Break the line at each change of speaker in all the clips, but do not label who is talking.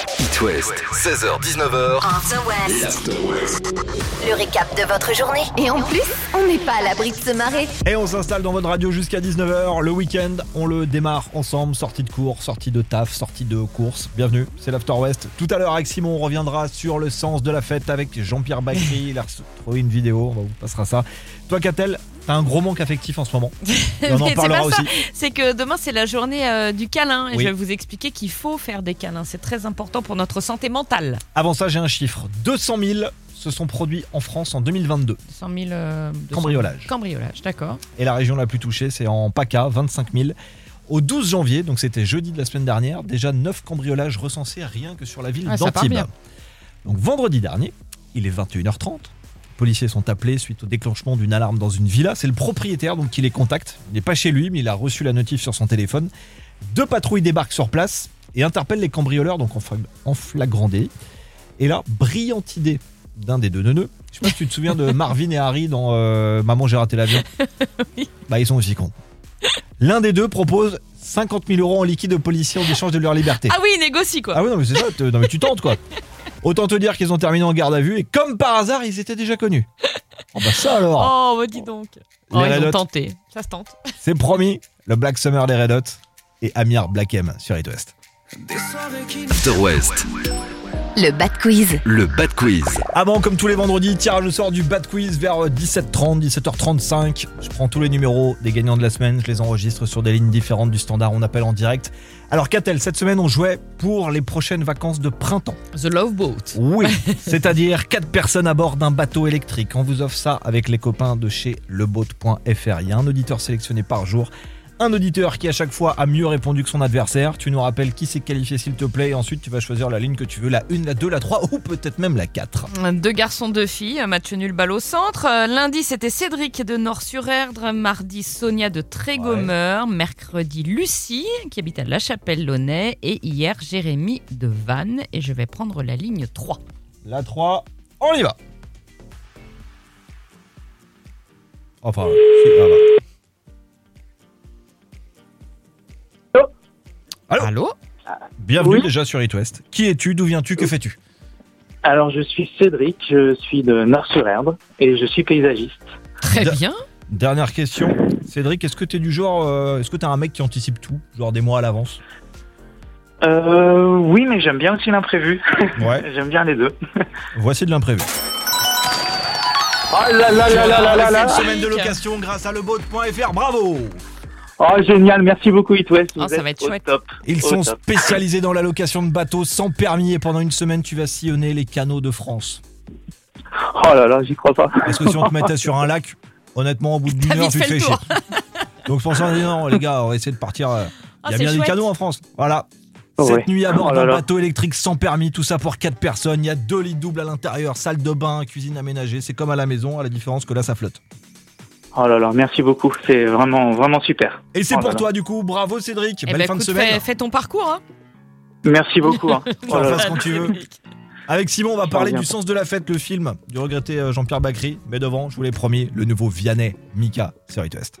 It West, 16h-19h,
After West.
l'After West.
Le récap de votre journée. Et en plus, on n'est pas à l'abri de se marrer.
Et on s'installe dans votre radio jusqu'à 19h. Le week-end, on le démarre ensemble. Sortie de cours, sortie de taf, sortie de course. Bienvenue, c'est l'After West. Tout à l'heure, avec Simon, on reviendra sur le sens de la fête avec Jean-Pierre Bacry. Il a trouvé une vidéo, on vous passera ça. Toi, Catel, t'as un gros manque affectif en ce moment. Et on en
Mais c'est
parlera
pas ça.
aussi.
C'est que demain, c'est la journée euh, du câlin. Et
Oui.
je vais vous expliquer qu'il faut faire des câlins. C'est très important pour notre santé mentale.
Avant ça, j'ai un chiffre. 200 000 se sont produits en France en 2022.
100 000. euh, 200 000.
Cambriolage.
Cambriolage, d'accord.
Et la région la plus touchée, c'est en PACA, 25 000. Au 12 janvier, donc c'était jeudi de la semaine dernière, déjà 9 cambriolages recensés rien que sur la ville
Ah, ça part
d'Antibes.
bien.
Donc vendredi dernier, il est 21h30. Les policiers sont appelés suite au déclenchement d'une alarme dans une villa. C'est le propriétaire donc qui les contacte. Il n'est pas chez lui, mais il a reçu la notif sur son téléphone. Deux patrouilles débarquent sur place et interpellent les cambrioleurs, donc en fla- en flagrant délit. Et là, brillante idée d'un des deux neuneux. Je sais pas si tu te souviens de Marvin et Harry dans euh, Maman, j'ai raté l'avion. Bah, ils sont aussi cons. L'un des deux propose 50 000 euros en liquide aux policiers en échange de leur liberté.
Ah oui, il négocie quoi.
Ah oui, non, mais c'est ça, te- non, mais tu tentes quoi. Autant te dire qu'ils ont terminé en garde à vue et comme par hasard, ils étaient déjà connus. Oh bah ça alors,
Oh, bah, dis donc. Oh,
Les Red
ils
Hot.
ont tenté. Ça se tente.
c'est promis, le Black Summer des Red Hot et Amir Black M sur It West.
After West,
Le bad quiz.
le Bad Quiz.
Avant, Ah comme tous les vendredis, tirage au sort du Bad Quiz vers euh, 17h30, 17h35. Je prends tous les numéros des gagnants de la semaine, je les enregistre sur des lignes différentes du standard, on appelle en direct. Alors Catel, cette semaine on jouait pour les prochaines vacances de printemps.
The Love Boat.
Oui, c'est-à-dire quatre personnes à bord d'un bateau électrique. On vous offre ça avec les copains de chez leboat.fr. Il y a un auditeur sélectionné par jour. Un auditeur qui à chaque fois a mieux répondu que son adversaire. Tu nous rappelles qui s'est qualifié s'il te plaît et ensuite tu vas choisir la ligne que tu veux, la 1, la 2, la 3 ou peut-être même la 4.
Deux garçons, deux filles. Match nul, balle au centre. Euh, Lundi, c'était Cédric de Nord-sur-Erdre. Mardi, Sonia de Trégomeur. Mercredi, Lucie, qui habite à La Chapelle-Launay. Et hier, Jérémy de Vannes. Et je vais prendre la ligne 3.
La 3, on y va Enfin, euh, si, ah bah. Allô
Allô
Bienvenue
Oui.
déjà sur It West. Qui es-tu D'où viens-tu Que fais-tu
Alors, je suis Cédric, je suis de Nord-sur-Erdre et je suis paysagiste.
Très
Da-
bien.
Dernière question. Cédric, est-ce que t'es du genre. euh, est-ce que t'es un mec qui anticipe tout Genre des mois à l'avance
Euh, oui, mais j'aime bien aussi l'imprévu.
Ouais.
j'aime bien les deux.
Voici de l'imprévu.
Oh là là là là là là là
là.
semaine de location grâce à lebaud.fr. Bravo
Oh, génial, merci beaucoup, It West.
Oh,
Vous
ça
êtes
va être
au
chouette.
top.
Ils
Au
sont
top.
spécialisés dans la location de bateaux sans permis et pendant une semaine, tu vas sillonner les canaux de France.
Oh là là, j'y crois pas.
Parce que si on te mettait sur un lac, honnêtement, au bout d'une
T'as
heure,
vite
tu te
fait
fais
le
chier. Donc je pense qu'on a dit non, les gars, on va essayer de partir. euh,
Ah,
Il y a
c'est
bien
chouette.
des canaux en France. Voilà.
Ouais.
Cette nuit à bord
Oh là
d'un
là.
bateau électrique sans permis, tout ça pour quatre personnes. Il y a deux lits doubles à l'intérieur, salle de bain, cuisine aménagée. C'est comme à la maison, à la différence que là, ça flotte.
Oh là là, merci beaucoup. C'est vraiment, vraiment super.
Et c'est
Oh là
pour
là.
toi, du coup. Bravo, Cédric.
Eh
Belle
ben,
fin de
écoute,
semaine.
Fais, fais ton parcours. Hein.
Merci beaucoup. hein.
Tu
Oh
en
là Oh, là.
fasses quand tu veux. Avec Simon, on va
Je
parler
reviens.
du sens de la fête, le film du regretté euh, Jean-Pierre Bacry. Mais devant, je vous l'ai promis, le nouveau Vianney, Mika, sur It West.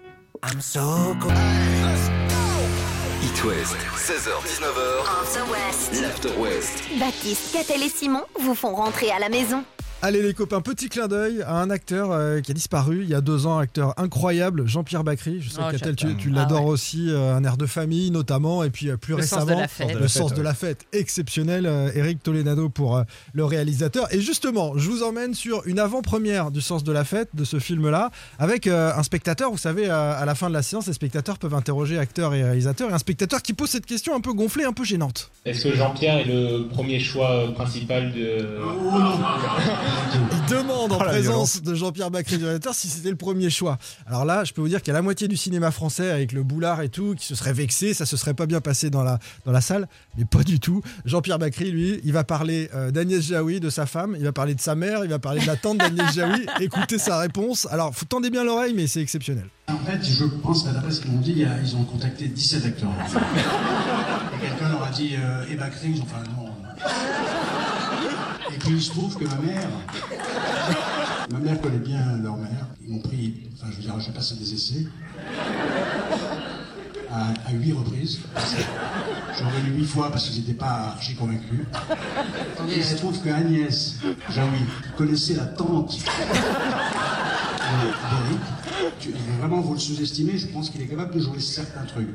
It West, 16h-19h,
After West.
l'After West.
Baptiste, Catel et Simon vous font rentrer à la maison.
Allez les copains, petit clin d'œil à un acteur euh, qui a disparu il y a deux ans, acteur incroyable, Jean-Pierre Bacry. Je sais
Oh,
que Catel, tu,
j'adore.
tu
Ah
l'adores aussi, euh, un air de famille notamment, et puis euh, plus
Le sens
récemment,
de la fête.
le sens de la fête exceptionnel, euh, Eric Toledano pour euh, le réalisateur. Et justement, je vous emmène sur une avant-première du sens de la fête de ce film-là, avec euh, un spectateur, vous savez, euh, à, à la fin de la séance, les spectateurs peuvent interroger acteurs et réalisateurs, et un spectateur qui pose cette question un peu gonflée, un peu gênante.
Est-ce que Jean-Pierre est le premier choix euh, principal de...
Il demande en
Oh, la
présence de Jean-Pierre Bacri, du réalisateur, si c'était le premier choix. Alors là, je peux vous dire qu'il y a la moitié du cinéma français avec le boulard et tout, qui se serait vexé, ça se serait pas bien passé dans la, dans la salle, mais pas du tout. Jean-Pierre Bacri, lui, il va parler euh, d'Agnès Jaoui, de sa femme, il va parler de sa mère, il va parler de la tante d'Agnès Jaoui. Écoutez sa réponse. Alors, faut- tendez bien l'oreille, mais c'est exceptionnel.
En fait, je pense qu'à d'après ce qu'ils m'ont dit, il y a- ils ont contacté 17 acteurs. Et Quelqu'un leur a dit euh, Eh ben, Chris, ils ont fait un nom. Et puis il se trouve que ma mère, ma mère connaît bien leur mère. Ils m'ont pris, enfin je veux dire, j'ai passé des essais. à, à huit reprises. J'en ai lu huit fois parce qu'ils n'étaient pas archi convaincus. Et il se trouve que Agnès Jaoui connaissait la tante de- d'Eric. Tu- Vraiment, vous le sous-estimez, je pense qu'il est capable de jouer certains trucs.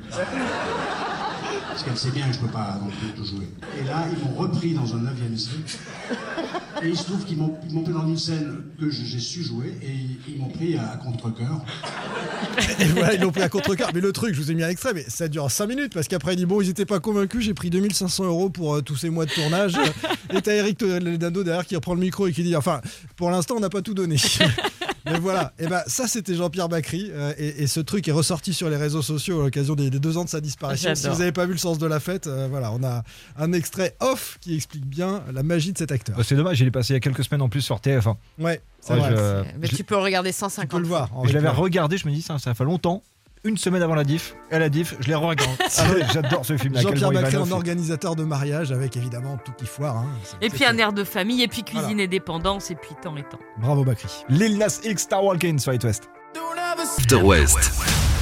Parce qu'elle sait bien que je peux pas non plus tout jouer. Et là, ils m'ont repris dans un 9e cycle. Et il se trouve qu'ils m'ont ils m'ont pris dans une scène que je- j'ai su jouer et ils, ils m'ont pris à, contre-coeur.
Et voilà, ils l'ont pris à contre-cœur. Mais le truc, je vous ai mis un extrait, mais ça dure 5 minutes parce qu'après, il dit Bon, ils étaient pas convaincus, j'ai pris 2500 euros pour euh, tous ces mois de tournage. et t'as Eric Dando derrière qui reprend le micro et qui dit Enfin, pour l'instant, on n'a pas tout donné. Mais voilà, et ben ça c'était Jean-Pierre Bacry euh, et, et ce truc est ressorti sur les réseaux sociaux à l'occasion des, des deux ans de sa disparition. Si
J'adore.
vous n'avez pas vu le sens de la fête, euh, voilà, on a un extrait off qui explique bien la magie de cet acteur.
Bah, c'est dommage, il est passé il y a quelques semaines en plus sur TF1.
Ouais, c'est
Ouais,
vrai.
je-
Mais
je-
tu peux regarder
Tu peux
150.
le voir. en
je l'avais
replay.
regardé, je me dis ça, ça fait longtemps. Une semaine avant la diff, à la diff, je l'ai regardé. Ah ouais, J'adore ce film. là, quel
Jean-Pierre
bon
Bacry
Ivanov.
en organisateur de mariage avec évidemment tout qui foire. hein. C'est-
Et
c'est
puis un
clair.
air de famille, et puis cuisine
Voilà.
et dépendance, et puis temps et temps.
Bravo Bacry.
Lil Nas X Star Walking sur It West.
After West.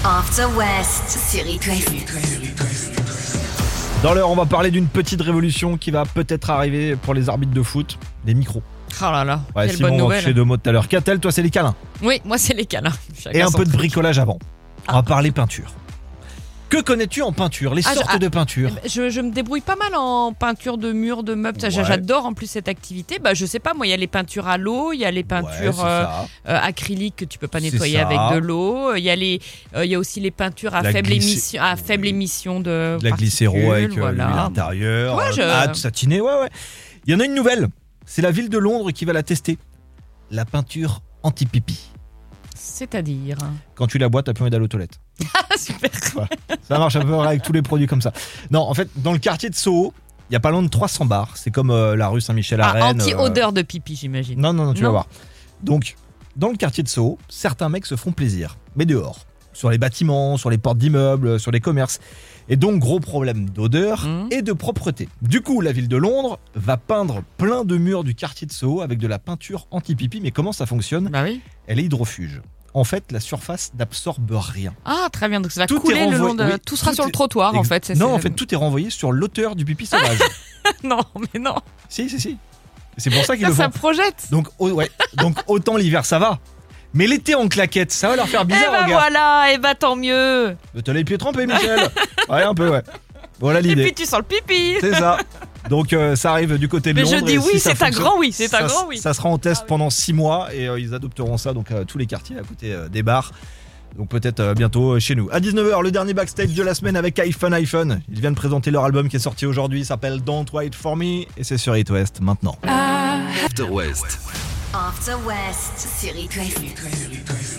After West sur It West.
Dans l'heure, on va parler d'une petite révolution qui va peut-être arriver pour les arbitres de foot, les micros.
Oh là là,
Ouais,
quelle
Simon,
bonne
on va toucher
nouvelle.
deux mots tout à l'heure. Catel, toi, c'est les câlins.
Oui, moi c'est les câlins. Chacun
Et un
son
peu de
truc.
bricolage avant. On va parler peinture. Que connais-tu en peinture Les
Ah, je-
sortes
ah,
de peinture
Je, je me débrouille pas mal en peinture de mur, de meubles. Ça, j'a-
Ouais.
J'adore en plus cette activité. Bah, je sais pas, moi, il y a les peintures à l'eau, il y a les
Ouais,
peintures
c'est
euh,
ça.
euh, acryliques que tu peux pas
C'est
nettoyer
ça.
avec de l'eau. Il y a les, euh, il y a aussi les peintures à
La
faible
glycé-
émission, à faible émission de,
De la glycéro
particules,
avec euh,
voilà.
l'huile intérieure,
Ouais, je-
euh, pâte satinée, ouais, ouais. Il y en a une nouvelle. C'est la ville de Londres qui va la tester. La peinture anti-pipi.
C'est-à-dire.
Quand tu la bois, t'as plus envie d'aller aux toilettes.
Ah, super.
Ça marche à peu près avec tous les produits comme ça. Non, en fait, dans le quartier de Soho, il y a pas loin de 300 bars. C'est comme euh, la rue Saint-Michel à
Ah,
Rennes. euh,
Anti-odeur de pipi, j'imagine.
Non, non, non, tu vas
Non.
voir. Donc, dans le quartier de Soho, certains mecs se font plaisir, mais dehors, sur les bâtiments, sur les portes d'immeubles, sur les commerces. Et donc, gros problème d'odeur
Mhm.
et de propreté. Du coup, la ville de Londres va peindre plein de murs du quartier de Soho avec de la peinture anti-pipi. Mais comment ça fonctionne
Bah oui.
Elle est hydrofuge. En fait, la surface n'absorbe rien.
Ah, très bien. Donc ça va
Tout est
couler le
renvoyé-
long de.
oui,
tout sera
tout
sur
est-
le trottoir, en
Ex-
fait. c'est-
non, en
c'est-
fait, tout est renvoyé sur l'auteur du pipi sauvage.
non, mais non.
si, si, si. C'est pour ça qu'ils
Ça,
le font.
ça projette.
Donc, au- ouais. Donc autant l'hiver, ça va. Mais l'été en claquette, ça va leur faire
Eh
bizarre,
bah
regarde.
voilà, eh bah tant mieux.
Mais T'as les pieds trempés, Michel Ouais, un peu, ouais. Voilà
Et
l'idée.
puis tu sens le pipi.
C'est ça. Donc euh, ça arrive du côté de
Mais je
Londres.
dis
et
oui,
si ça
c'est un
fonctionne,
grand oui, c'est un
ça-
grand oui.
Ça sera en test
Ah oui.
pendant six mois et euh, ils adopteront ça, donc euh, tous les quartiers à côté euh, des bars. Donc peut-être euh, bientôt euh, chez nous. À 19h, le dernier backstage de la semaine avec iPhone iPhone. Ils viennent présenter leur album qui est sorti aujourd'hui, il s'appelle Don't Wait For Me et c'est sur It West maintenant.
After West.
After West sur It West.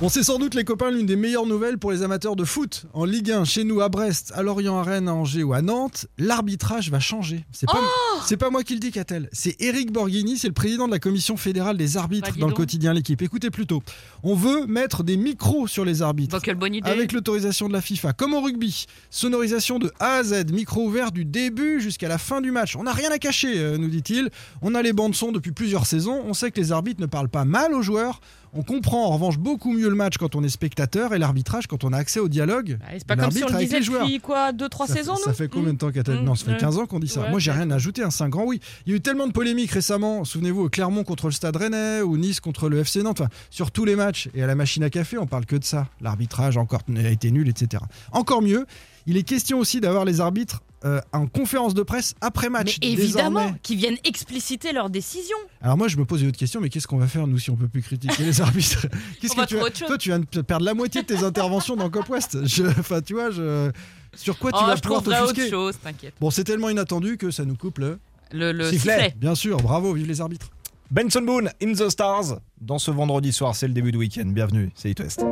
Bon, c'est sans doute, les copains, l'une des meilleures nouvelles pour les amateurs de foot. En Ligue 1, chez nous, à Brest, à Lorient, à Rennes, à Angers ou à Nantes, l'arbitrage va changer. C'est pas,
Oh
c'est pas moi qui le dis, Catel. C'est Eric Borghini, c'est le président de la commission fédérale des
Bah,
arbitres
dis
dans le
donc.
quotidien L'équipe. Écoutez plutôt. On veut mettre des micros sur les arbitres.
Donc quelle bonne idée.
Avec l'autorisation de la FIFA, comme au rugby, sonorisation de A à Z, micro ouvert du début jusqu'à la fin du match. On n'a rien à cacher, euh, nous dit-il. On a les bandes son depuis plusieurs saisons. On sait que les arbitres ne parlent pas mal aux joueurs. On comprend en revanche beaucoup mieux le match quand on est spectateur et l'arbitrage quand on a accès au dialogue.
Ah, C'est pas comme si on
L'arbitre
le
avec
disait
les joueurs.
depuis quoi, 2-3
Ça fait-
saisons,
ça,
nous
fait combien de temps qu'à
Mm.
Non, ça fait
Ouais.
15 ans qu'on dit ça.
Ouais,
Moi, j'ai
ouais.
rien à ajouter, un saint grand oui. Il y a eu tellement de polémiques récemment. Souvenez-vous, Clermont contre le Stade Rennais ou Nice contre le FC Nantes. Enfin, sur tous les matchs et à la machine à café, on parle que de ça. L'arbitrage encore a été nul, etc. Encore mieux, il est question aussi d'avoir les arbitres euh, en conférence de presse après
Mais
match.
évidemment,
désormais.
qu'ils viennent expliciter leurs décisions.
Alors moi, je me pose une autre question, mais qu'est-ce qu'on va faire nous si on peut plus critiquer les arbitres Qu'est-ce
On va
tu vas...
trouver autre chose.
Toi, tu viens de perdre la moitié de tes interventions dans Cop West. Je- Enfin, tu vois, je... sur
Ah,
quoi tu
oh,
vas
je
pouvoir te
trouverai autre chose, t'inquiète.
Bon, c'est tellement inattendu que ça nous coupe le,
Le, le
sifflet.
sifflet.
Bien sûr, bravo, vive les arbitres.
Benson Boone, In the Stars, dans ce vendredi soir, c'est le début de week-end. Bienvenue, c'est It West.